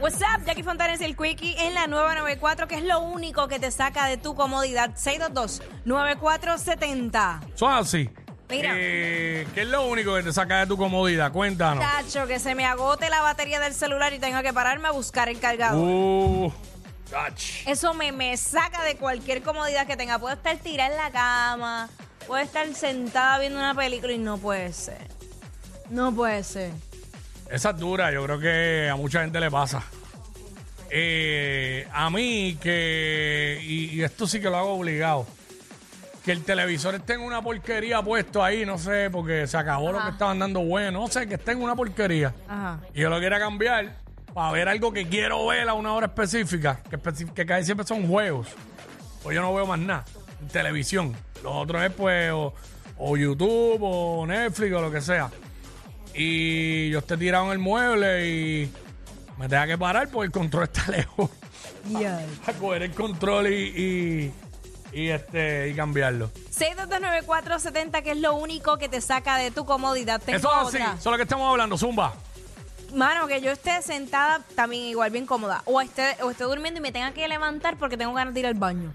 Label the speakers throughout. Speaker 1: What's up, Jackie Fontanes y el Quickie en la nueva 94, que es lo único que te saca de tu comodidad. 622-9470.
Speaker 2: Eso es así.
Speaker 1: Mira.
Speaker 2: Eh, ¿Qué es lo único que te saca de tu comodidad? Cuéntanos.
Speaker 1: Tacho, que se me agote la batería del celular y tengo que pararme a buscar el cargador.
Speaker 2: Uh, ach.
Speaker 1: Eso me, me saca de cualquier comodidad que tenga. Puedo estar tirada en la cama, puedo estar sentada viendo una película y no puede ser. No puede ser.
Speaker 2: Esa es dura, yo creo que a mucha gente le pasa. Eh, a mí que, y, y esto sí que lo hago obligado, que el televisor esté en una porquería puesto ahí, no sé, porque se acabó lo que estaban dando bueno, no sé, que esté en una porquería.
Speaker 1: Ajá.
Speaker 2: Y yo lo quiera cambiar para ver algo que quiero ver a una hora específica, que, especi- que casi siempre son juegos. Pues yo no veo más nada, en televisión. Lo otro es pues o, o YouTube o Netflix o lo que sea. Y yo esté tirado en el mueble y me tenga que parar porque el control está lejos. A coger el control y, y, y, este y cambiarlo.
Speaker 1: 6229470, que es lo único que te saca de tu comodidad. Tengo
Speaker 2: Eso es así,
Speaker 1: otra.
Speaker 2: eso es lo que estamos hablando, Zumba.
Speaker 1: Mano, que yo esté sentada también igual bien cómoda. O esté, o esté durmiendo y me tenga que levantar porque tengo ganas de ir al baño.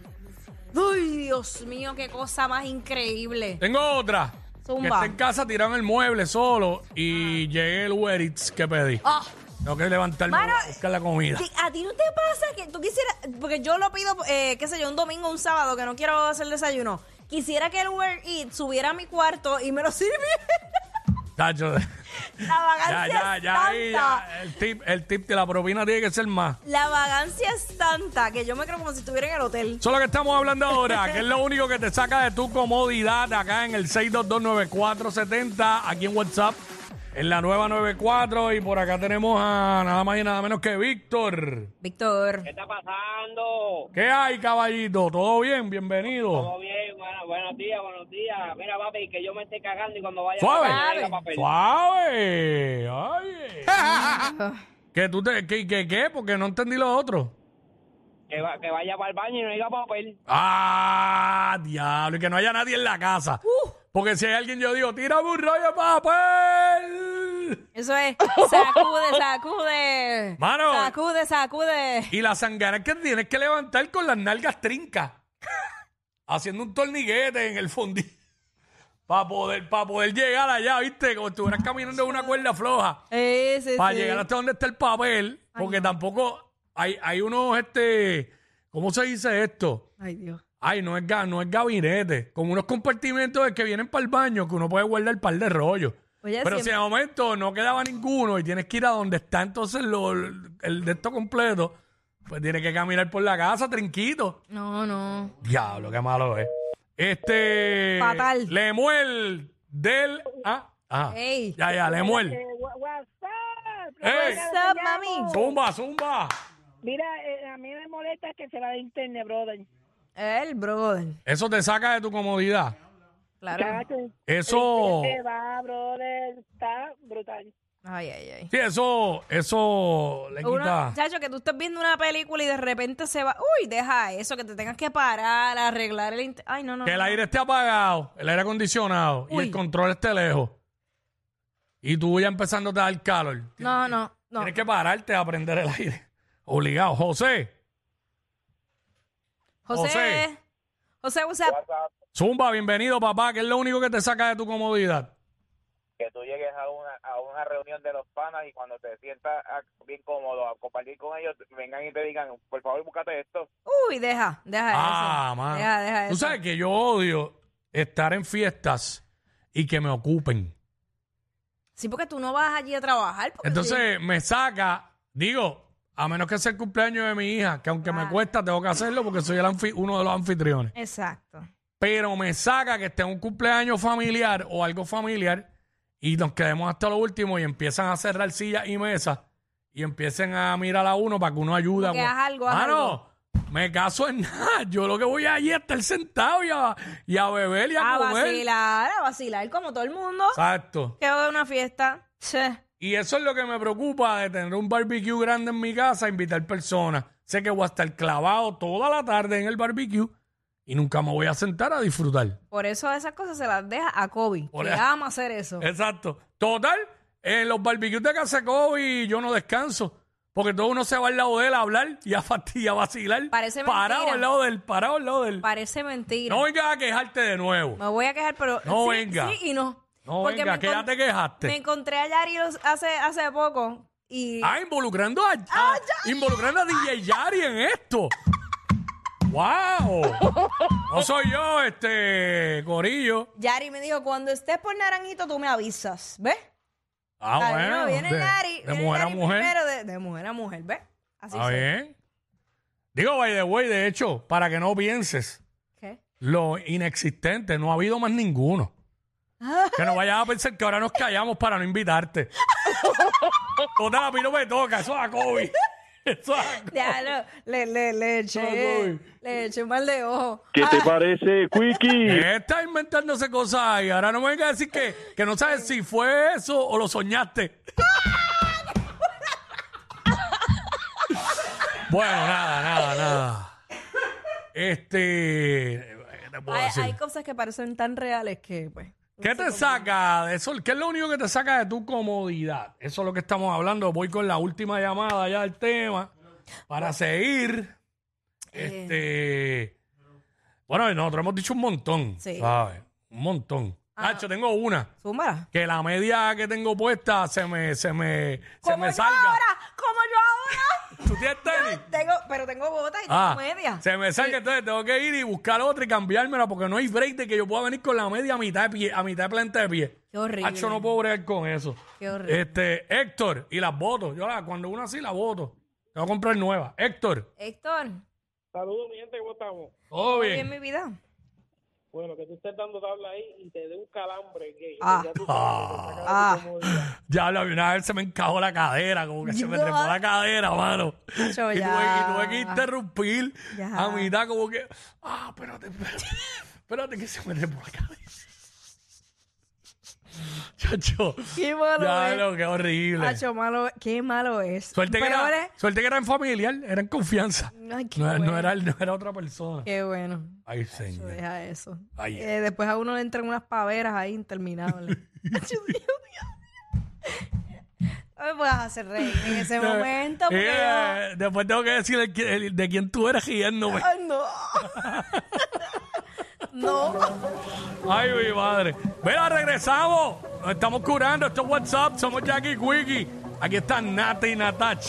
Speaker 1: Ay, Dios mío, qué cosa más increíble.
Speaker 2: Tengo otra. Que
Speaker 1: Zumba.
Speaker 2: esté en casa tirado en el mueble solo y llegue el Uber Eats que pedí.
Speaker 1: Ah,
Speaker 2: Tengo que levantarme
Speaker 1: Mano,
Speaker 2: a buscar la comida.
Speaker 1: ti- ¿A ti no te pasa que tú quisieras, porque yo lo pido, eh, qué sé yo, un domingo, un sábado, que no quiero hacer desayuno? Quisiera que el Uber Eats subiera a mi cuarto y me lo sirviera.
Speaker 2: Tacho,
Speaker 1: La
Speaker 2: ya,
Speaker 1: vagancia
Speaker 2: ya,
Speaker 1: es
Speaker 2: ya,
Speaker 1: tanta.
Speaker 2: ahí, ya. El tip, el tip de la propina tiene que ser más.
Speaker 1: La vagancia es tanta que yo me creo como si estuviera en el hotel.
Speaker 2: Eso es lo que estamos hablando ahora, que es lo único que te saca de tu comodidad acá en el 6229470, aquí en WhatsApp, en la nueva 94. Y por acá tenemos a nada más y nada menos que Víctor.
Speaker 1: Víctor.
Speaker 3: ¿Qué está pasando?
Speaker 2: ¿Qué hay, caballito? ¿Todo bien? Bienvenido.
Speaker 3: Todo bien, bueno, buenos días, buenos días. Mira, papi, que yo me esté cagando y cuando vaya
Speaker 2: Suave.
Speaker 3: a la papel.
Speaker 2: Suave. Oye. ¿Que tú te, que, que- qué? Porque no entendí lo otro.
Speaker 3: Que, va- que vaya para el baño y no diga papel.
Speaker 2: Ah, diablo, y que no haya nadie en la casa. Porque si hay alguien, yo digo, tírame un rollo de papel.
Speaker 1: Eso es, sacude, sacude.
Speaker 2: Mano.
Speaker 1: Sacude, sacude.
Speaker 2: Y la sangana que tienes que levantar con las nalgas trincas. haciendo un torniguete en el fondillo. Para poder, pa' poder llegar allá, ¿viste? Como si estuvieras caminando en una cuerda floja.
Speaker 1: Sí, Eh, sí,
Speaker 2: Para
Speaker 1: sí.
Speaker 2: llegar hasta donde está el papel. Porque tampoco hay, hay unos, este, ¿cómo se dice esto?
Speaker 1: Ay, Dios.
Speaker 2: Ay, no es, ga- no es gabinete. Como unos compartimentos de que vienen para el baño que uno puede guardar el par de rollos.
Speaker 1: Oye,
Speaker 2: Pero si
Speaker 1: siempre-
Speaker 2: de momento no quedaba ninguno y tienes que ir a donde está entonces lo- el de esto completo, pues tienes que caminar por la casa, trinquito.
Speaker 1: No, no.
Speaker 2: Diablo, qué malo es. Este.
Speaker 1: Fatal.
Speaker 2: Lemuel del. Ah, ajá.
Speaker 1: Ey.
Speaker 2: Ya, ya, Lemuel.
Speaker 4: Eh, WhatsApp.
Speaker 2: Ey.
Speaker 1: What's up, mami?
Speaker 2: Zumba, zumba.
Speaker 4: Mira, eh, a mí me molesta que se va de internet, brother.
Speaker 1: El brother.
Speaker 2: Eso te saca de tu comodidad.
Speaker 1: Claro.
Speaker 4: Chacho,
Speaker 2: Eso.
Speaker 4: Se va, brother. Está brutal.
Speaker 1: Ay, ay, ay.
Speaker 2: Sí, eso. Eso le quita.
Speaker 1: Uno, chacho, que tú estés viendo una película y de repente se va. Uy, deja eso, que te tengas que parar, arreglar el. inter- Ay, no, no.
Speaker 2: Que el
Speaker 1: no.
Speaker 2: aire esté apagado, el aire acondicionado y
Speaker 1: Uy.
Speaker 2: el control esté lejos. Y tú ya empezando a dar calor.
Speaker 1: No, no, no.
Speaker 2: Tienes que pararte a prender el aire. Obligado. José,
Speaker 1: José.
Speaker 2: José.
Speaker 1: José, what's up?
Speaker 2: Zumba, bienvenido, papá, que es lo único que te saca de tu comodidad.
Speaker 5: que tú llegues a una, a una reunión de los panas y cuando te sientas a- bien cómodo a compartir con ellos, vengan y te digan, por favor, búscate esto.
Speaker 1: Uy, deja, deja eso.
Speaker 2: Ah, man.
Speaker 1: Deja, deja eso.
Speaker 2: Tú sabes que yo odio estar en fiestas y que me ocupen.
Speaker 1: Sí, porque tú no vas allí a trabajar. porque
Speaker 2: Entonces me saca, digo, a menos que sea el cumpleaños de mi hija, que aunque
Speaker 1: Ah.
Speaker 2: me cuesta, tengo que hacerlo porque soy el anfi- uno de los anfitriones.
Speaker 1: sí. Exacto.
Speaker 2: pero me saca que esté en un cumpleaños familiar o algo familiar y nos quedemos hasta lo último y empiezan a cerrar sillas y mesas y empiecen a mirar a uno para que uno ayude.
Speaker 1: Como que
Speaker 2: a-
Speaker 1: haz algo, haz
Speaker 2: Mano, me caso en nada. Yo lo que voy allí es estar sentado y a, y a beber y a,
Speaker 1: A
Speaker 2: comer.
Speaker 1: vacilar, a vacilar como todo el mundo.
Speaker 2: Exacto.
Speaker 1: Que va a una fiesta. Che.
Speaker 2: Y eso es lo que me preocupa de tener un barbecue grande en mi casa, invitar personas. Sé que voy a estar clavado toda la tarde en el barbecue y nunca me voy a sentar a disfrutar.
Speaker 1: Por eso esas cosas se las deja a Kobe.
Speaker 2: Por e-
Speaker 1: que
Speaker 2: eso.
Speaker 1: ama hacer eso.
Speaker 2: Exacto. Total, en los barbecues de Casecovi yo no descanso. Porque todo uno se va al lado de él a hablar y a, fast- y a vacilar.
Speaker 1: Parece
Speaker 2: parado
Speaker 1: mentira.
Speaker 2: al lado del, parado al lado del.
Speaker 1: Parece mentira.
Speaker 2: no vengas a quejarte de nuevo.
Speaker 1: Me voy a quejar, pero.
Speaker 2: No
Speaker 1: sí,
Speaker 2: venga.
Speaker 1: Sí y no.
Speaker 2: No
Speaker 1: Porque
Speaker 2: venga,
Speaker 1: me
Speaker 2: que ya
Speaker 1: encon-
Speaker 2: te quejaste.
Speaker 1: Me encontré a Yari los- hace, hace poco y.
Speaker 2: Ah, involucrando a,
Speaker 1: Ah,
Speaker 2: a- involucrando a DJ Yari en esto. ¡Wow! No soy yo, este Corillo.
Speaker 1: Yari me dijo: cuando estés por naranjito, tú me avisas. ¿Ves?
Speaker 2: Ah,
Speaker 1: Ahí
Speaker 2: bueno.
Speaker 1: no, viene
Speaker 2: de,
Speaker 1: Yari.
Speaker 2: de
Speaker 1: viene
Speaker 2: mujer a
Speaker 1: Yari
Speaker 2: mujer.
Speaker 1: primero, de, de mujer a mujer, ¿ves? Así
Speaker 2: Está
Speaker 1: soy.
Speaker 2: bien. Digo, by the way, de hecho, para que no pienses
Speaker 1: ¿Qué?
Speaker 2: lo inexistente, no ha habido más ninguno. Que no vayas a pensar que ahora nos callamos para no invitarte. Total, a mí no me toca, eso es a Kobe. Eso es a Kobe.
Speaker 1: Ya, no, le, le, le eché.
Speaker 2: voy.
Speaker 1: Le eché un mal de ojo.
Speaker 6: ¿Qué te
Speaker 1: Ah,
Speaker 6: parece, Quickie?
Speaker 2: Está inventándose cosas y ahora no me vengas a decir que, que no sabes si fue eso o lo soñaste. bueno, nada, nada, nada. Este. ¿qué te puedo
Speaker 1: hay,
Speaker 2: decir?
Speaker 1: hay cosas que parecen tan reales que, pues.
Speaker 2: ¿Qué te saca de eso? ¿Qué es lo único que te saca de tu comodidad? Eso es lo que estamos hablando. Voy con la última llamada ya del tema para seguir.
Speaker 1: Eh.
Speaker 2: Este. Bueno, y nosotros hemos dicho un montón,
Speaker 1: Sí. Ah.
Speaker 2: ¿sabes? Un montón. Nacho, tengo una.
Speaker 1: Zúmbala.
Speaker 2: Que la media que tengo puesta se me, se me, se
Speaker 1: Como
Speaker 2: me
Speaker 1: yo
Speaker 2: salga.
Speaker 1: ahora, como yo
Speaker 2: ¿Tú tienes tenis?
Speaker 1: ahora. Tengo, pero tengo botas y tengo
Speaker 2: Ah,
Speaker 1: medias.
Speaker 2: se me salga, entonces tengo que ir y buscar otra y cambiármela porque no hay break de que yo pueda venir con la media a mitad de pie, a mitad de planta de pie.
Speaker 1: Qué horrible.
Speaker 2: Hacho, no puedo bregar con eso.
Speaker 1: Qué horrible.
Speaker 2: Este, Héctor, y las voto. Yo la, cuando una así la voto. Te voy a comprar nueva. Héctor,
Speaker 1: Héctor,
Speaker 3: Saludos, mi gente, ¿cómo estamos?
Speaker 2: todo
Speaker 1: muy
Speaker 2: bien.
Speaker 1: bien mi vida.
Speaker 3: Bueno, que tú estés dando tabla ahí y te dé un calambre, que
Speaker 1: Ah.
Speaker 3: ya tú
Speaker 1: Ah.
Speaker 3: sabes que te saca de tu comodidad.
Speaker 2: Ya la una vez se me encajó la cadera, como que se me
Speaker 1: Ya.
Speaker 2: trepó la cadera, mano. Y
Speaker 1: Hacho,
Speaker 2: tuve,
Speaker 1: ah. ya.
Speaker 2: y tuve que interrumpir
Speaker 1: Ya.
Speaker 2: a mitad, como que. Ah, espérate, espérate. Espérate que se me trepó la cadera. Chacho.
Speaker 1: Qué malo
Speaker 2: Ya
Speaker 1: es.
Speaker 2: lo, qué horrible.
Speaker 1: pues. Hacho, malo, qué malo es.
Speaker 2: Suerte que,
Speaker 1: Peor
Speaker 2: era, suerte que era en familiar, era en confianza.
Speaker 1: es- Ay, qué
Speaker 2: No, era-
Speaker 1: bueno. Eh,
Speaker 2: no era, no era otra persona.
Speaker 1: Qué bueno.
Speaker 2: Ay,
Speaker 1: Hacho,
Speaker 2: señor.
Speaker 1: deja eso.
Speaker 2: Ay.
Speaker 1: Eh, después a uno le entran unas paveras ahí interminables. Hacho, Dios mío. No me puedas hacer reír en ese momento. Porque yo-
Speaker 2: Eh, después tengo que decir el que- el- de quién tú eres riéndome.
Speaker 1: Ay, no. no.
Speaker 2: Ay, mi madre. Mira, regresamos. Nos estamos curando. Esto es WhatsApp. Somos Jackie Quickie. Aquí está Nati y Natach.